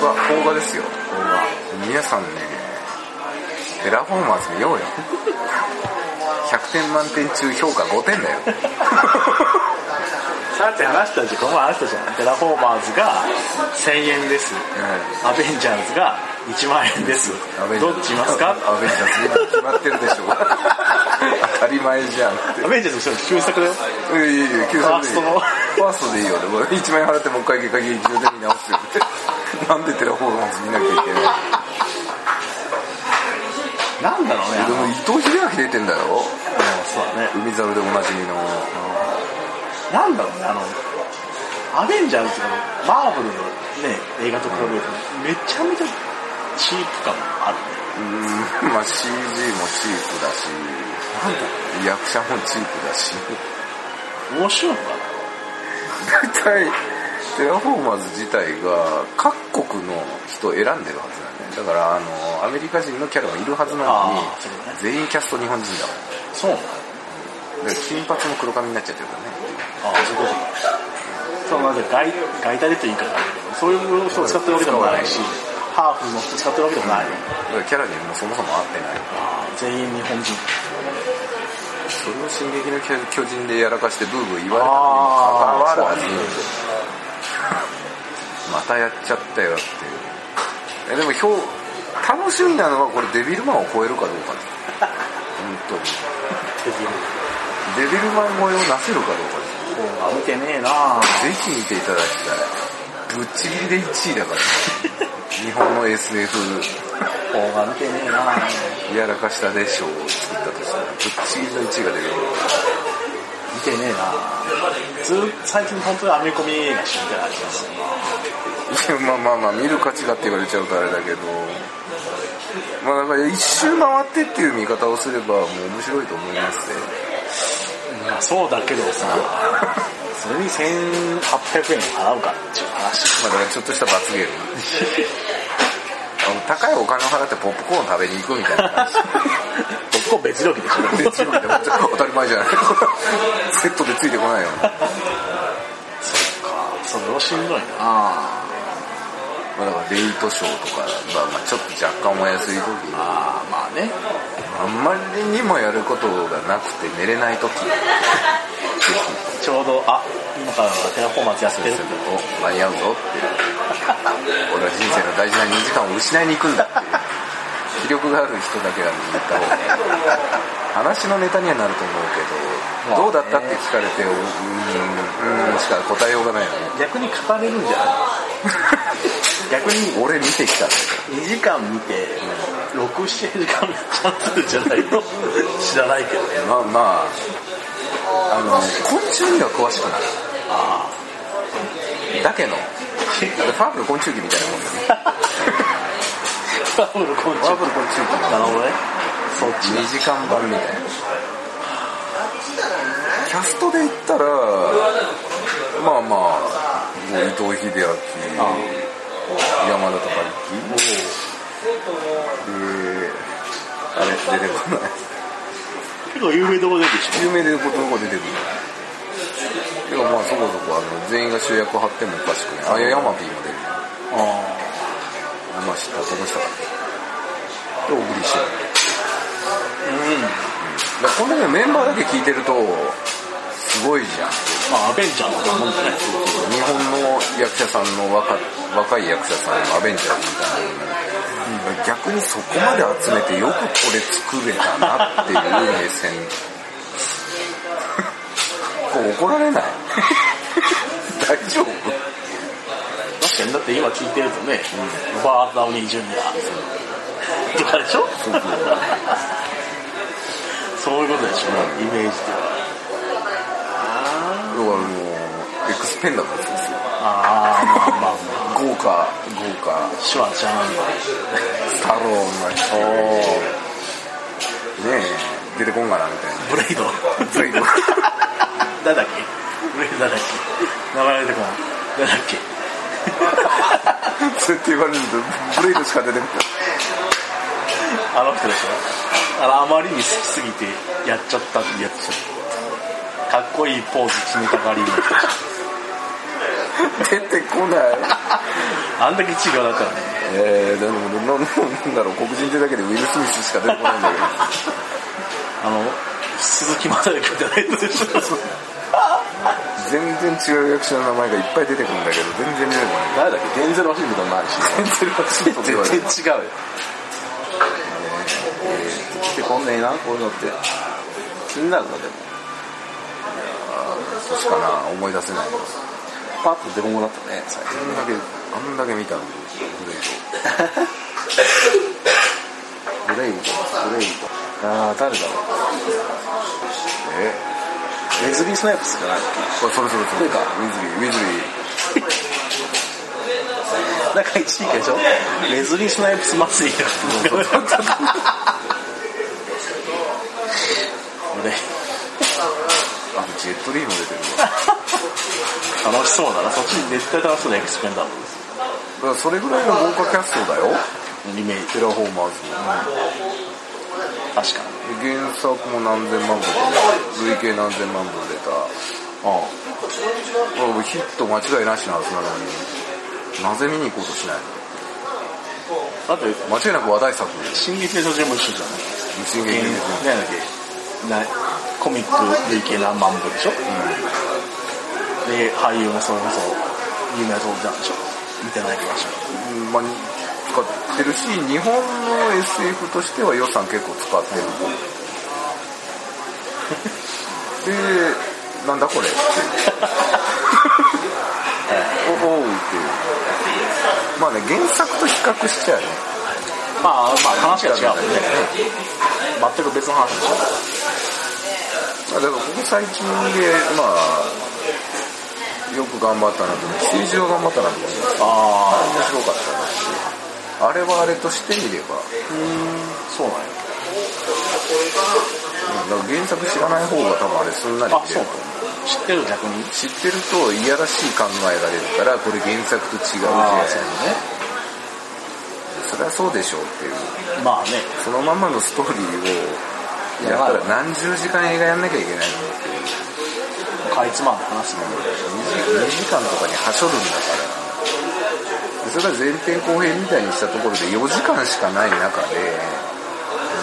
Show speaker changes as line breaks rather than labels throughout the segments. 画邦画ですよ邦画皆さんねテラフォーマーズ見ようよ100点満点中評価5点だよ
さて話した時この前話したじゃんテラフォーマーズが1000円です、アベンジャーズが1万円です
アベンジャー
ど
ズ
っちいますか
アベンジャーズ今決まってるでしょ当たり前じゃんって
アベンジャーズとしては旧作だよ
いやいやいや旧作でいいよ
フ
ファーストでいいよでも1万円払ってもう一回外科劇場で見直すよってなんでテラフォーマーズ見なきゃいけない
なんだろうね
でも伊藤英明出てんだよ
うんそうだね
海猿でおなじみの
なんだろうねあのアベンジャーズとかのマーブルのね映画と比べるとめちゃめちゃチープ感あるね
うんまあ CG もチープだし
なんだろ
役者もチープだし
う面白いのかな
大体テラフォーマーズ自体が各国の人を選んでるはずなんだよだからあのアメリカ人のキャラもいるはずなのに
あーそう
全
いうことね
員キャスト日本人だもん
そうなの
だから金髪の黒髪になっちゃってるからね
ああそういうことかそうなんで外外体でという言い方あるけどそういう人を使ってるわけでもないしハーフの人使ってるわけでもない、
だからキャラにもそもそも合ってない
あー全員日本人
それを「進撃の巨人」でやらかしてブーブー言われたのにもかかわら
あー
ず
そうなんだ
またやっちゃったよっていうえでも評楽しみなのはこれデビルマンを超えるかどうかね本当にデビルマン超えをなせるかどうかね
そう見てねえなあ
ぜひ見ていただきたいぶっちぎりで1位だからね日本の SF
邦画見てねえなあ
やらかしたで賞を作ったとしたらぶっちぎりの1位が出る
見てねえなあずー最近本当にアメコミ映画しか見てない気がする
まあまあまあ見る価値がって言われちゃうとあれだけどまあだから一周回ってっていう見方をすればもう面白いと思いますね
なまあそうだけどさそれに1800円払うかっていう話
まあだからちょっとした罰ゲームあの高いお金を払ってポップコーン食べに行くみたい な感
僕は別料金でしょ
じで自分でも当たり前じゃないセットでついてこないよ
それをしんどいなあ
まあだからレイトショーとか、まあ、まあちょっと若干お安い時にあ
あーまあね
んまりにもやることがなくて寝れない時ぜひ
ちょうどあ今からテラフォーマーズやってるって
お間に合うぞって俺は人生の大事な2時間を失いに行くんだっていう気力がある人だけが言った方が話のネタにはなると思うけど、どうだったって聞かれてうーんうーんしか答えようがないよね
逆に語れるんじゃない逆に
俺見てきたんだ
2時間見て、67時間めっちゃするじゃないの知らないけど
けどまあまああの昆虫には詳しくなるだけどだってファーブル昆虫記みたいなもんだよね
ファーブル昆
ファーブル昆虫記の
なるほどねそっち
2時間版みたいなキャストで言ったらまあまあもう伊藤英明山田孝之であれ出てこない
結構有名どころ出てきて
有名でことこ出てくるでもまあそこそこあの全員が主役張ってもおかしくないあいや山 P も出る
あ
まあ知ったこの人がで小栗旬
あうん
だからこのねメンバーだけ聞いてるとすごいじゃん
まあアベンジャーズと思うんだね
日本の役者さんの若若い役者さんのアベンジャーズみたいなのになる逆にそこまで集めてよくこれ作れたなっていう目線こう怒られない 大丈夫
確かにだって今聞いてるとね、ロバート・ダウニー・ジュニアとかでしょ
そうそう
そういうことでしょ、イメージでは
だからもうエクスペンダブルズですよ
ああまあまあまあ
豪華豪華
シュワちゃん
スタローンが来てねえ出てこんがなみたい
ブレイド
なずいぶん
誰だっけブレイド誰だっけ名前出てこない誰だっけ
そうやって言われるとブレイドしか出てこない
あの人でしょあのあまりに好きすぎてやっちゃったってやつでしょかっこいいポーズ決めたがりの人でしょ
出てこない
あんだけ地位が上がったらね
えー、でもなななん だろう黒人ってだけでウィル・スミスしか出てこないんだけど
あの鈴木雅之じゃないのでしょ
全然違う役者の名前がいっぱい出てくるんだけど全然出てこない
誰だっけデンゼル・ワシントンもあるしデンゼル・ワシントン
全然
全然違うよ出てこんねえなこういうのって気になるなでも
しかな思い出せないの
パッと出てこなかったね最
あんだけあんだけ見たのにグレイトグレイトグレイト
近ああ誰だろう
え
レズリー・スナイプスじゃない
あそれそれそれ
それか
ウィズリーウィズリー
仲一位でしょレズリー・スナイプス祭りだ俺
あとジェットリーも出てるわ
楽しそうだなそっち絶対楽しそうなエクスペンダー
だからそれぐらいの豪華キャストだよ
ブルリメイク
テラフォーマーズも
確か
原作も何千万部で累計何千万部出たああヒット間違いなしなはずなのになぜ見に行こうとしないの
だって
間違いなく話題作
「進撃の巨人」も一緒じゃない
進撃の巨人
何だっけなコミック累計何万部でしょ、で俳優もそれこそ有名なそうじゃんでしょ見てないかもしれない
うんまあ、使ってるし日本の SF としては予算結構使ってる、でなんだこれっていうおおうっていうまあね原作と比較しちゃうね
まあまあ話が違うもんね全く別の話でしょ
まあだからここ最近でまあよく頑張ったなと思って政治を頑張ったなと思います
あ
面白かったなしあれはあれとして見れば
あそうなんや
うんだから原作知らない方が多分あれすんなり
あ
見れ
そう
る
なの知ってる逆に
知ってるといやらしい考えが出るからこれ原作と違うじゃん
そ
そ
う
りゃそうでしょうっていう
ねまあね
そのまんまのストーリーをやったら何十時間映画やんなきゃいけないのっていう
かいつまんで話すのも
2時間とかにはしょるんだからそれが前編後編みたいにしたところで4時間しかない中で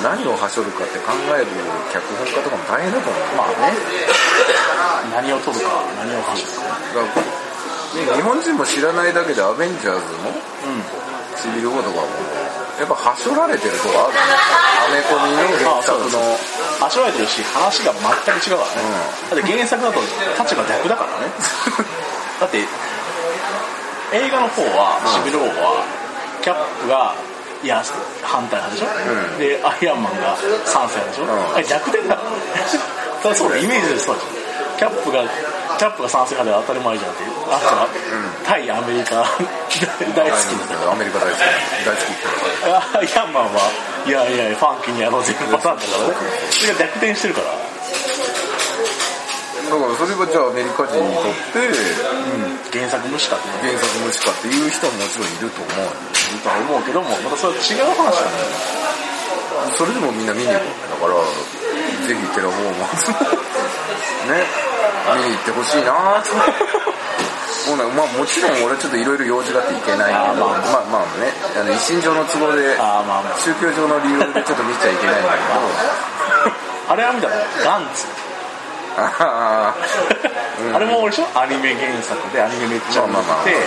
何をはしょるかって考える脚本家とかも大変だと思う
まあね何を取るか何を走るか
だからね日本人も知らないだけでアベンジャーズも
うん
シビル語とかもやっぱはしょられてるとこあるねアメコミの原作
あそう
の
で走られてるし話が全く違うからね、だって原作だと立場逆だ からねだって映画の方は、シビル王はキャップがいや反対派でしょ、でアイアンマンが賛成派でしょ、
ん
あれ逆転だそりゃそうだイメージでそうでしょキャップがキャップが賛成派で当たり前じゃんってあったら、対アメリカ 大好きです
アメリカ大好き大好き
あヤンマンはいやいやファンキーにやろうぜみたいなパターンだからねそれが逆転してるから
だからそれがじゃあアメリカ人にとって
原作無視かってね
原作無視かっていう人ももちろんいると思う
とは思うけどもまたそれは違う話だね
それでもみんな見に行くだからぜひテラフォーマーズね見に行ってほしいなともうねまあ、もちろん俺ちょっといろいろ用事があって行けないけど
あーまあ
まあまあねあの一身上の都合で
ああまあまあ
宗教上の理由でちょっと見ちゃいけないんだけど
あれは見たのガンツ、
ああ
あれも俺でしょアニメ原作でアニメめっちゃ見
まあまあまあ
て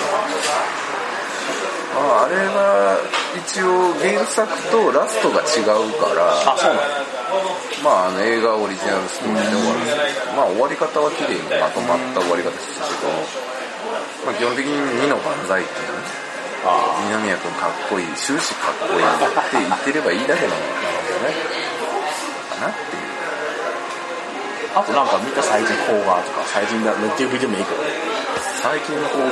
ああれは一応原作とラストが違うから
あそうなの
まああの映画オリジナルストーリーで終わるんですけどまあ終わり方は綺麗にまとまった終わり方してたけど、まあ、基本的に「二の万歳」っていうね
あ
二宮君かっこいい終始かっこいいって言ってればいいだけなのかなっていう
ああとなんか見た最近邦画とか最近だネットビデオもいいけど
最近の方が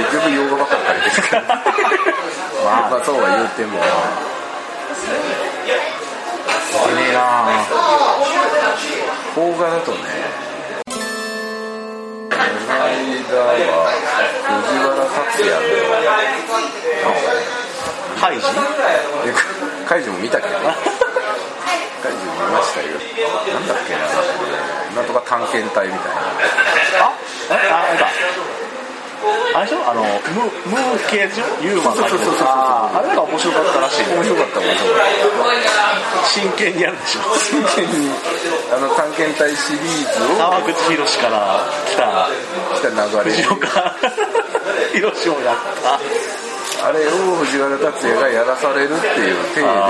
結局洋画ばっかり借りてるからま
まあ
あそうは言うても
見てねえなあ
邦画だとねこの間は藤原竜也
ハイジ
のえカイジも見たけど カイジも見ましたよなんだっけななんとか探検隊みたいな
あえあなんかあれでしょあのムムー系でしょユーマンが入っ
そ
て
うそうそうそう
るあーあれなんか面白かったらしいね
面白かった面白かっ
真剣にやるでしょ
た真剣にあの探検隊シリーズを
川口博士から来た
来た流れ
藤岡博士をやった
あれを藤原竜也がやらされるっていう体で
あ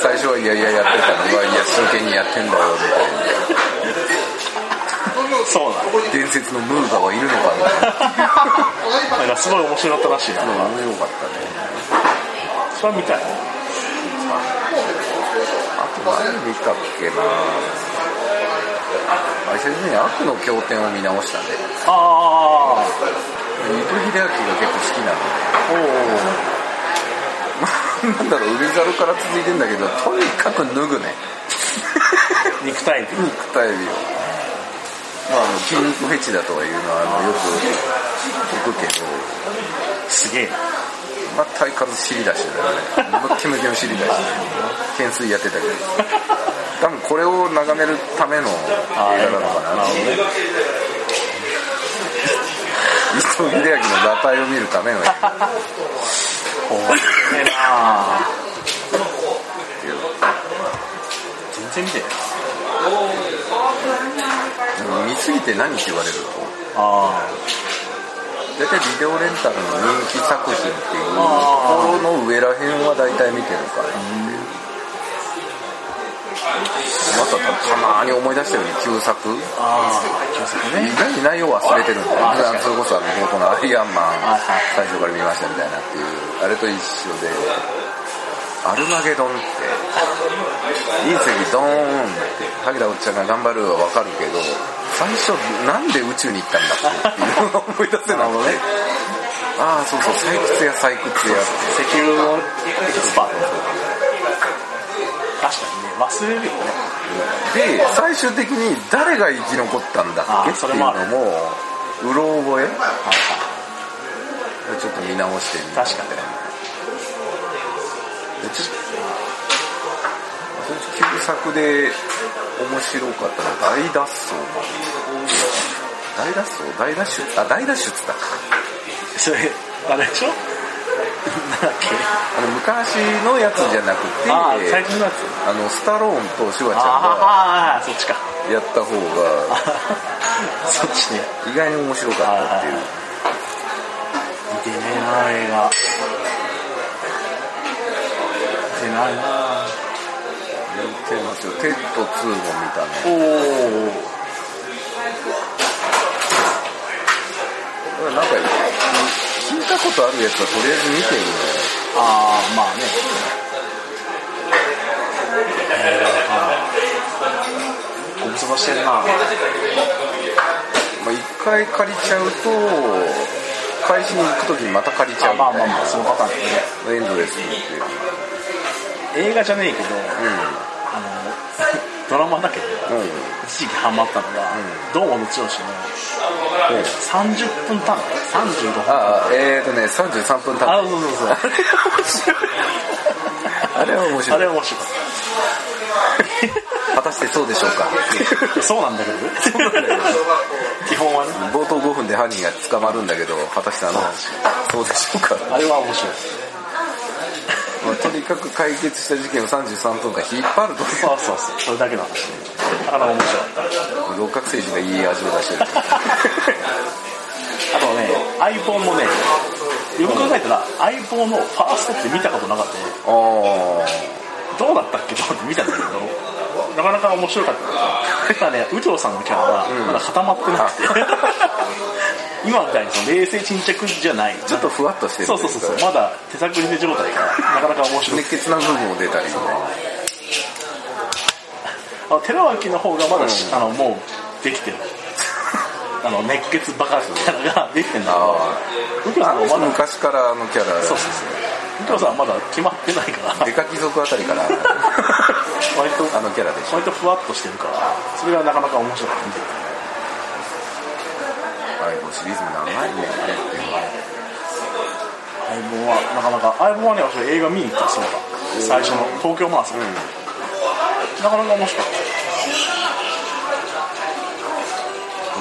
最初はいやいややってたのがいや真剣にやってんだよみたいな
そうなの
伝説のムーガはいるのかみたいな
なんかすごい面白かったらしいな
面白かったね
それは見たい
あと何見たっけなあれね悪の経典を見直したんで
ああ
伊藤英明が結構好きなので
おお
なんだろう海猿から続いてんだけどとにかく脱ぐね
肉体美
肉体美をまああの筋肉フェチだとはいうのはあのよく聞くけど
すげえな
まあ体幹尻出しだよねムッキムキの尻出し懸垂やってたけど多分これを眺めるための映
ああ
画なのかな伊藤英明の裸体を見るための映画
ええなあ全然見てない
でも見すぎて何って言われると
あ
大体ビデオレンタルの人気作品っていうと
あ
ころの上らへんは大体見てるからっていうまたたまに思い出したように旧作
あああ気をつけてね
何内容忘れてるんだよ
あ確かに
それこそあの冒頭のアイアンマン
はいはい
最初から見ましたみたいなっていうあれと一緒でアルマゲドンって隕石ドーンって萩田おっちゃんが頑張るはわかるけど最初なんで宇宙に行ったんだっけっていうのを思い出せなくてああそうそう採掘や採掘やって
石油のエキスパート確かにね忘れるよね
で最終的に誰が生き残ったんだっけ
あ
って
そ
い
れ
う
もある
のもうろ覚えちょっと見直してみた
確かに
ちょっと旧作で面白かったのは大脱走大脱走大脱出あ大脱出だ
それあれでしょなんだっけ
あの昔のやつじゃなくて
あ
あ
あ最近のやつ
のスタローンとシュワちゃ
ああそっ ちか
んがやった方が
そっちね
意外に面白かったっていう
見てねえな映画見てないな
見てますよテッド2も見たね
おお
なんか聞いたことあるやつはとりあえず見てるね
ああまあねえー、あーご無沙汰してるな
まあ、一回借りちゃうと返しに行く時にまた借りちゃ
あ
うみ
まあ
た
まあ
いな
まあそのパターンだね
エンドレスにっていう
映画じゃねえけどあの ドラマだけど
うんうん
一時期ハマったのが
ん
堂本剛の30分単位35分
ああえーとね33分経った
あそうそうそう
あれは面
あ
白
れ
い
面白かっ
果たしてそうでしょうか
たそうなんだけどね基本はね
冒頭5分で犯人が捕まるんだけど果たしてあのそうでしょうか、
あれは面白い
まあ、とにかく解決した事件を33分間引っ張ると
そうそうそうそれだけの話ねあの面白かった
六角星人がいい味を出してる
あとね、相棒もね、よく考えたら、相棒のファーストって見たことなかったね。
あ
どうだったっけと思って見たんだけど、なかなか面白かった。ただね、右京さんのキャラがまだ固まってなくて、 今みたいにその冷静沈着じゃない。
ちょっとふわっとしてる
そうそうそうそう、まだ手探りで状態がなかなか面白い。
熱血な部分も出たりみたいな
あの寺脇の方がまだし、
うん
あの、もうできてる。 あの、熱血バカみたいなのができてるんだ
あ
けど、右京さ
あ
ん
の
は
人
まだ、
昔からあのキャラ
そうそうそう。右京さんはまだ決まってない から。
デカ貴族あたりから
割と
あのキャラでしょ
割とふわっとしてるからそれがなかなか面白いんで
アイボシリーズも長いね
相棒はなかなか相棒はね私映画見に行ったそうだ最初の東京マラソン、
ん
なかなか面白かった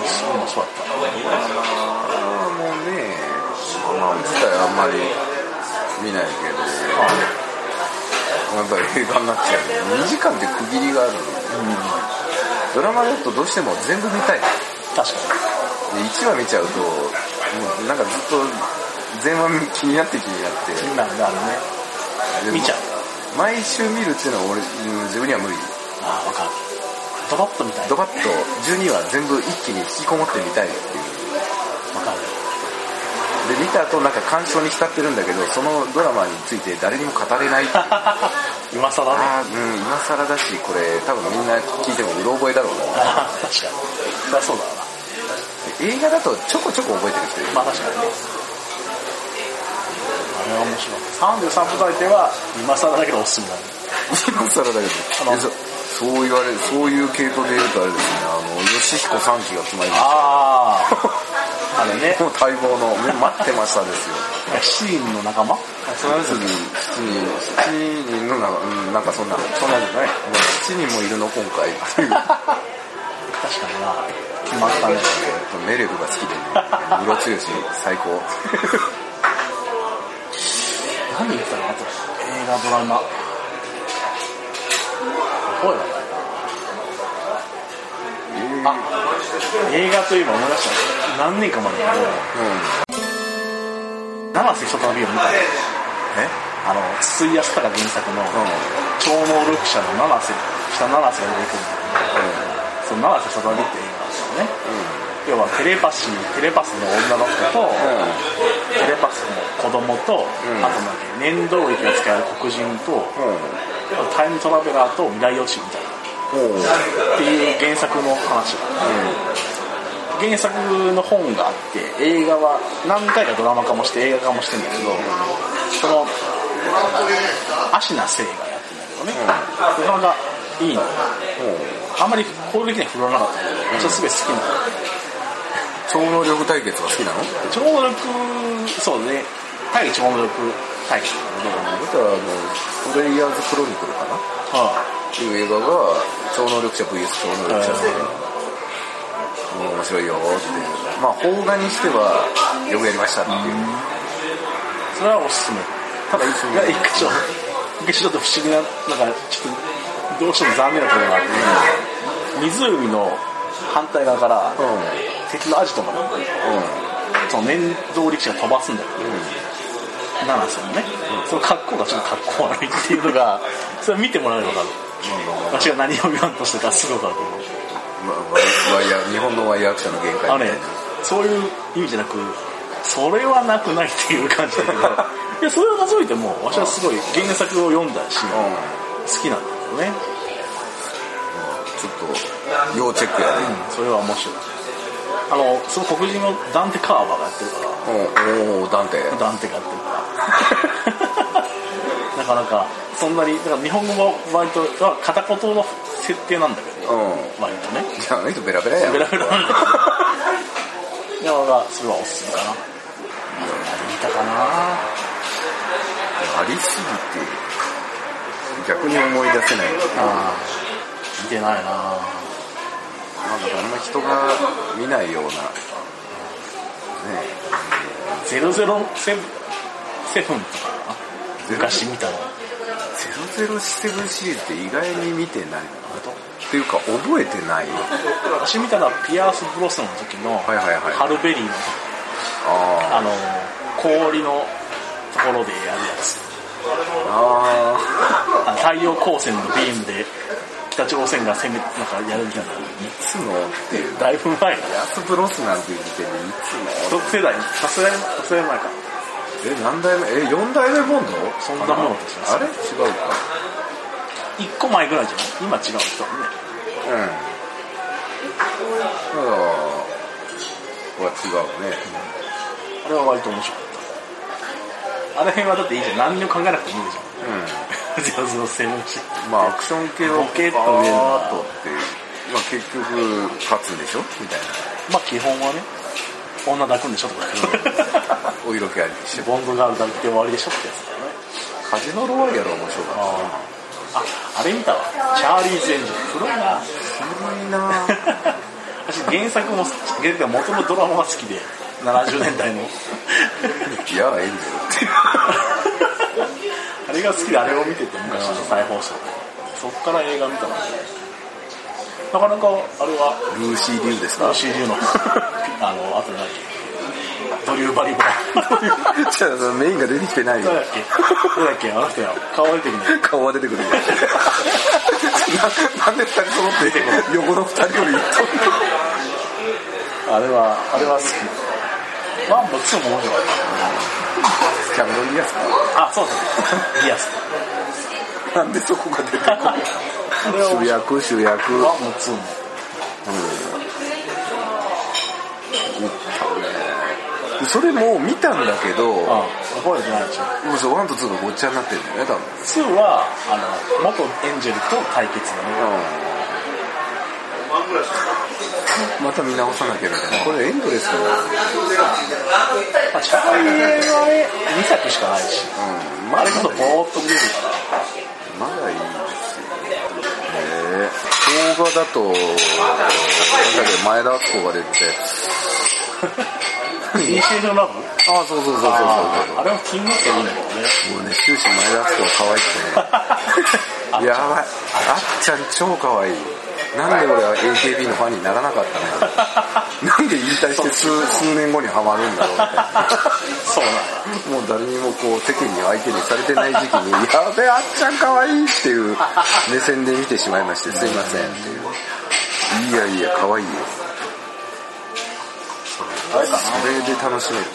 すごい面白かっ
あまあ舞台あんまり見ないけどやっぱり映画になっちゃう2時間って区切りがあるのドラマだとどうしても全部見たいで
確か
1話見ちゃうともうなんかずっと前話気になって気になって
になるなる
で
ね見ちゃう
毎週見るっていうのは俺、うん自分には無理
ああ分かるドバッとみたいな
ドバッと12話全部一気に引きこもって見たいっていう
分かる
で見た後なんか感傷に浸ってるんだけどそのドラマについて誰にも語れないあ
今更ね
あうん今更だしこれ多分みんな聞いてもうろ覚えだろうな
あー確かにそり
映
ゃそうだわな
画だとちょこちょこ覚えてる人いる
まあ確かにあれは面白い33部大抵は今更だけどおすすめだね
今更だけど
あの
えそそう言われるそういう系統で言うとあれですねあの吉彦三期が決まりまし
あああれね
たもう待望の「待ってました」ですよ
シーンの仲間
そのやつに7人7人のな,、うん、なんかそんなもう
そんなんじゃない
7人もいるの今回っていう
確かにな決まったね
メレフが好きでね、ムロツヨシ最高。
何言ってたのあと映画ドラマ覚えは
あ、
ない映画といえば思い出した何年か前にも
うん。
七瀬人旅を見たの
え
あの筒井康隆原作の
うん。
超能力者の七瀬北七瀬が出てくるんだ
う
けどその七瀬里美っていう映画なんですよね、要はテレパシーテレパスの女の子と、テレパスの子供と、
ん
あとなんか粘土液が使える黒人と、
ん。
タイムトラベラーと未来予知みたい
うん。おう。
なっていう原作の話原作の本があって映画は何回かドラマ化もして映画化もしてんだけど、そのアシナセイがやってんだけどね、なかなかいいの
うん。うん。
あんまり効率的には振らなかったんだけど、私はすごい好きな
超能
の
力対決が好きなの
超能力そうね対超能力対決
僕はあの、プレイヤーズクロニクルかなっ
あ
ていう映画が、超能力者 VS 超能力者で、うん、面白いよーって。まあ、邦画にしては、よくやりましたっていう。
あそれはおすすめただ一
うん
箇所一箇所ちょっと不思議ななんかちょっとどうしても残念なところがあって湖の反対側から
うん。うん。
敵のアジトまでその粘動力士が飛ばすんだけど、なんですよね、その格好がちょっと格好悪いっていうのが それ見てもらえば分かる私が何を言わんとしてたらすぐ分かると思う
まワワイヤー、日本のワイヤーアクションの限界みた
あ
いな
れ。そういう意味じゃなくそれはなくないっていう感じだけ どいやそれを除いても私はすごい原作を読んだし、
う
好
ん。
きなんだけどね、
ちょっと、要チェックやね。
それは面白いあのその黒人のダンテ・カーバーがやってるから
うん、おー、ダンテ。
ダンテがやってるから なかなかそんなにだから日本語も割とまあ片言の設定なんだけど、
うん。
割とね
じゃあ、あの人ベラベラやん。
ベラベラなんだけど いやまあそれはおすすめかな何見たかな
ありすぎて、逆に思い出せない。
あー見てない
な
な
んかあんま人が見ないような。ね
ゼロゼロセブンセブンとかかな
ゼロ
昔見たの
007シリーズって意外に見てない。っていうか、覚えてない。
私見たのはピアース・ブロスの時の、
いはいはい
ハルベリーの
あ
あの氷のところでやるやつ
あ。あ
あの太陽光線のビームで北朝鮮が攻めなんかやるみたいな
あ。いつのっていう。
だいぶ前だ
ヤスブロスなんていう時点でいつ
6世代さすがにさすがに前か
のえ、何代目え、4代目ボンド
そんなもんですよ
あれ違うか。
1個前ぐらいじゃない今違う人ね
うん。ただ、これは違うね。
あれは割と面白かったあの辺はだっていいじゃん何にも考えなくてもいいじゃん
う
ゼロゼロセブンシ
ん。まあ、アクション系は
ボケっと見えるな
バーっとっていう。まあ、結局、勝つんでしょみたいな。
まあ基本はね女抱くんでしょとか、
お色気ありでしょ。
ボンドガール抱いて終わりでしょってやつだよね
カジノロワイヤルは面白かっ
あああれ見たわチャーリーズ・エンジェル古いな
た。すごいなぁ。
私原作も原作はもともとドラマが好きで70年 代の
いやエンゼル
あれが好きであれを見てて昔の再放送でそっから映画見たのなかなかあれは
ルーシー・リュウですか
c d のあのあと何だっけドリューバリバラドリューバ
じゃあメインが出てきてない
リ誰だっけ誰だっけあの人や顔出てきない
顔は出てくるよななんで二人揃って横の二人より一頭
あれはあれは好きワンもツーも面白かっ
キャメロン・ディアスか
たあそうそうリアス
なんでそこが出てくる
それを
主役主役
ワンもツーも
それもう見たんだけど
あ覚えてないでしょ
そうワンとツーがごっちゃになってるんだよね多分
2はあの元エンジェルと対決のね
また見直さなきゃみたいなこれエンドレスかな
まあ近場に映画はね2作しかないし
うん
あれこそぼーっと見れる
まだいいですよね動画だとなんだっけ前田敦子が出てて
からイニシエーションラブ
ああそうそうそうそうそう
ああれは金額いいんだけど
もうね
ね
終始前田敦子が可愛くてねやばいあっちゃん超可愛いなんで俺は AKB のファンにならなかったのよなんで引退して数数年後にハマるんだろうみたいなも
そうなの
う誰にもこう世間に相手にされてない時期に「やべえあっちゃんかわいい」っていう目線で見てしまいましてすいませんっていういやいやかわいいよ
あれかな
それで楽しめる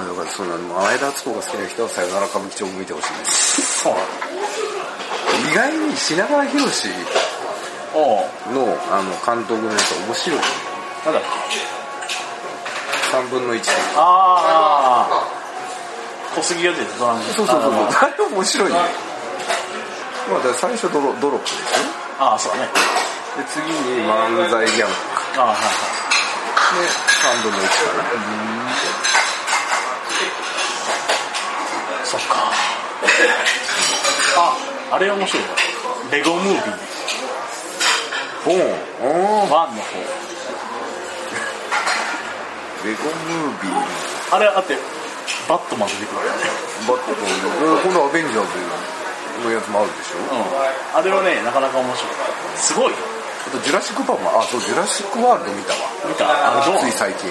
まあだからそんな前田敦子が好きな人は「さよなら歌舞伎町」も見てほしいです
そうなの
意外に品川博士
おう
のあの監督のやつは面白い
なんだっけ
3分の1とか
ああ小杉予定でドラムあ
あれ面白いねまあだから最初ドロドロップでし
ああそうだ
ょ
ね
で次に漫才ギャンブ
ああはいはい
で、3分の1かな。
そっかああれ面白いわレゴムービー
ボーン。おー
ワンの方
レゴムービー。
あれだってバットマン出てくるよね
バットボール。今度アベンジャーズのやつもあるでしょ
うんあれはねなかなか面白いすごいよ
あとジュラシックパークも、あ、そう、ジュラシックワールド見たわ。
見たあれどうな
つ
の
い最近。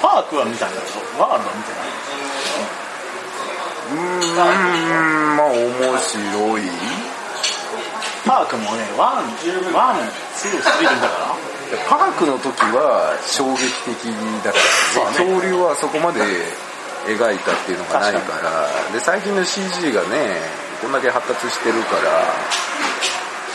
パークは見たんだけどワールドは見て
ーん、
ないう
まあ面白い。
パークもねワンワンツースリー見た
パ
か
ークの時は衝撃的だった、ね。
そうね
恐竜はそこまで描いたっていうのがないから。で、最近の CG がね、こんだけ発達してるから、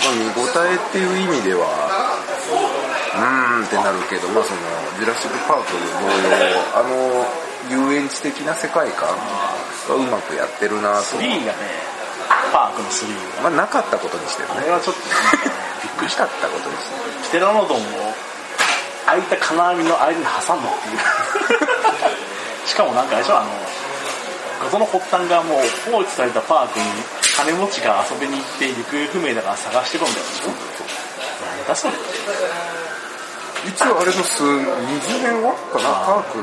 まあ見応えっていう意味では、うーんってなるけど、まあその、ジュラシックパーク同様、あの、遊園地的な世界観がうまくやってるなと
な。リーがねパークのスリー
まあなかったことにしてる
あ
ね。
れはちょっとねびっくり
な
し
かったことにしてる。
たテラノドンを開いた金網の間に挟むっていう しかもなんかあれでしょあの事の発端がもう放置されたパークに金持ちが遊びに行って行方不明だから探してこいみたいなでしょなんだそれ
一応あれの数20年後かなパーク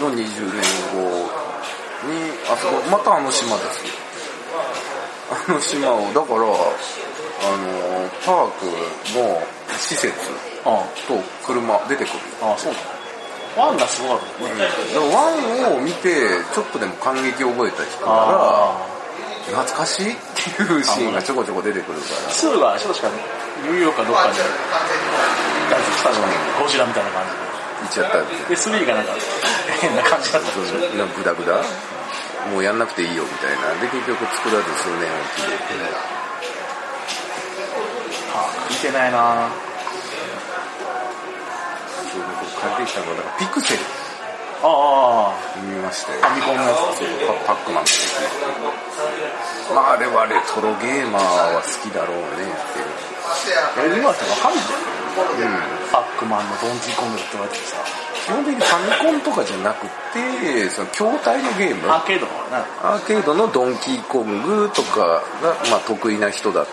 の20年後にあそこまたあの島ですよあの島をだからあのパークの施設
うん
と車出てくる
ああそうだワンがすごかったね、
だからワンを見てちょっとでも感激を覚えた人なら
あ
懐かしいっていうシーンがちょこちょこ出てくるから
あ2は確かニューヨークかどっかに大好きしたじゃないゴジラみたいな感
行っちゃったみたいな
じでで3がなんか変な感じだったでしょ
なんかグダグダもうやんなくていいよみたいなで結局作らず数年おきで
あ見てないなあ
ちょうどこう帰ってきたのがなんかピクセル
あ
見まして
ファミコンのやつ
パパックマンっていうまああれはレトロゲーマーは好きだろうねっ
やる今ってわかんないんだよ、うん、パックマンのドンキーコングって言われててさ
ていう基本的にファミコンとかじゃなくてその筐体のゲーム
アーケードのな
アーケードのドンキーコングとかが、まあ、得意な人だ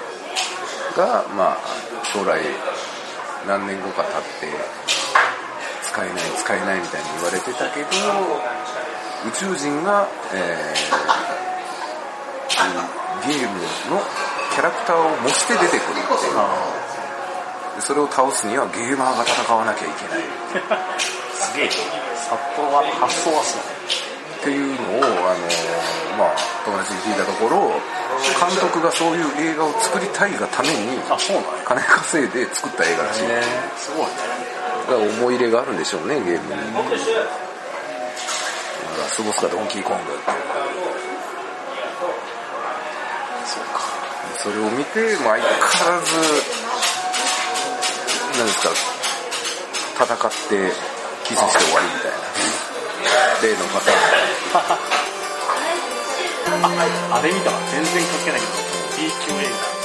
が、まあ、将来何年後か経って使えない使えないみたいに言われてたけど宇宙人が、えーゲームのキャラクターを模して出てくるっていうでそれを倒すにはゲーマーが戦わなきゃいけないっ
すげえ札幌は発想はす
ていうのを、あのーまあ、友達に聞いたところ監督がそういう映画を作りたいがために
ごいあそうなんや
金稼いで作った映画らしい
ねすごいね
だから思い入れがあるんでしょうねゲームにラスボスがドンキーコングって
そうか
それを見てまあ相変わらず何ですか戦ってキスして終わりみたいな例のパターン
ああれ見たわ全然関係ないけど B 級映画